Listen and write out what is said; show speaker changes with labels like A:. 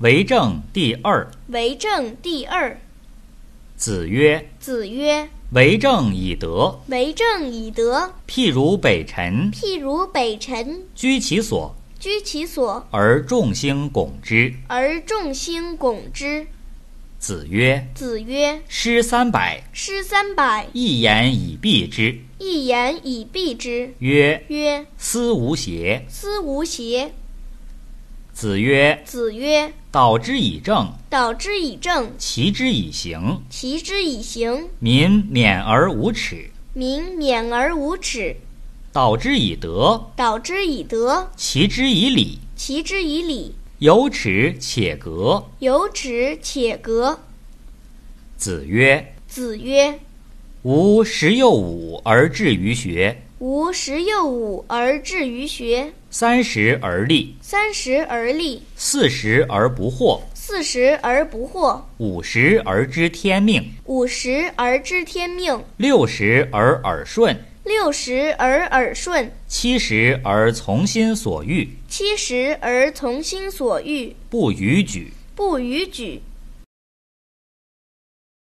A: 为政第二。
B: 为政第二。
A: 子曰
B: 子曰：“
A: 为政以德，：“
B: 为政以德，
A: 譬如北辰，
B: 譬如北辰，
A: 居其所
B: 居其所，
A: 而众星拱之。
B: 而众星拱之。”
A: 子曰”
B: 子曰：“
A: 诗三百，：“
B: 诗三百，
A: 一言以蔽之。
B: 一言以蔽之。”
A: 曰”
B: 曰：“
A: 思无邪。”
B: 思无邪。
A: 子曰”
B: 子曰：“
A: 导之以政，：“
B: 导之以政，
A: 齐之以刑，
B: 齐之以刑，
A: 民免而无耻；
B: 民免而无耻。
A: 导之以德，
B: 导之以德，
A: 齐之以礼。
B: 齐之以礼。
A: 有耻且格。”
B: 有耻且格。
A: 子曰”
B: 子曰：“
A: 吾十有五而志于学，：“
B: 吾十有五而志于学，
A: 三十而立，
B: 三十而立，
A: 四十而不惑，
B: 四十而不惑。”
A: 五十而知天命，
B: 五十而知天命，
A: 六十而耳顺，
B: 六十而耳顺，
A: 七十而从心所欲，
B: 七十而从心所欲，
A: 不逾矩。
B: 不逾矩。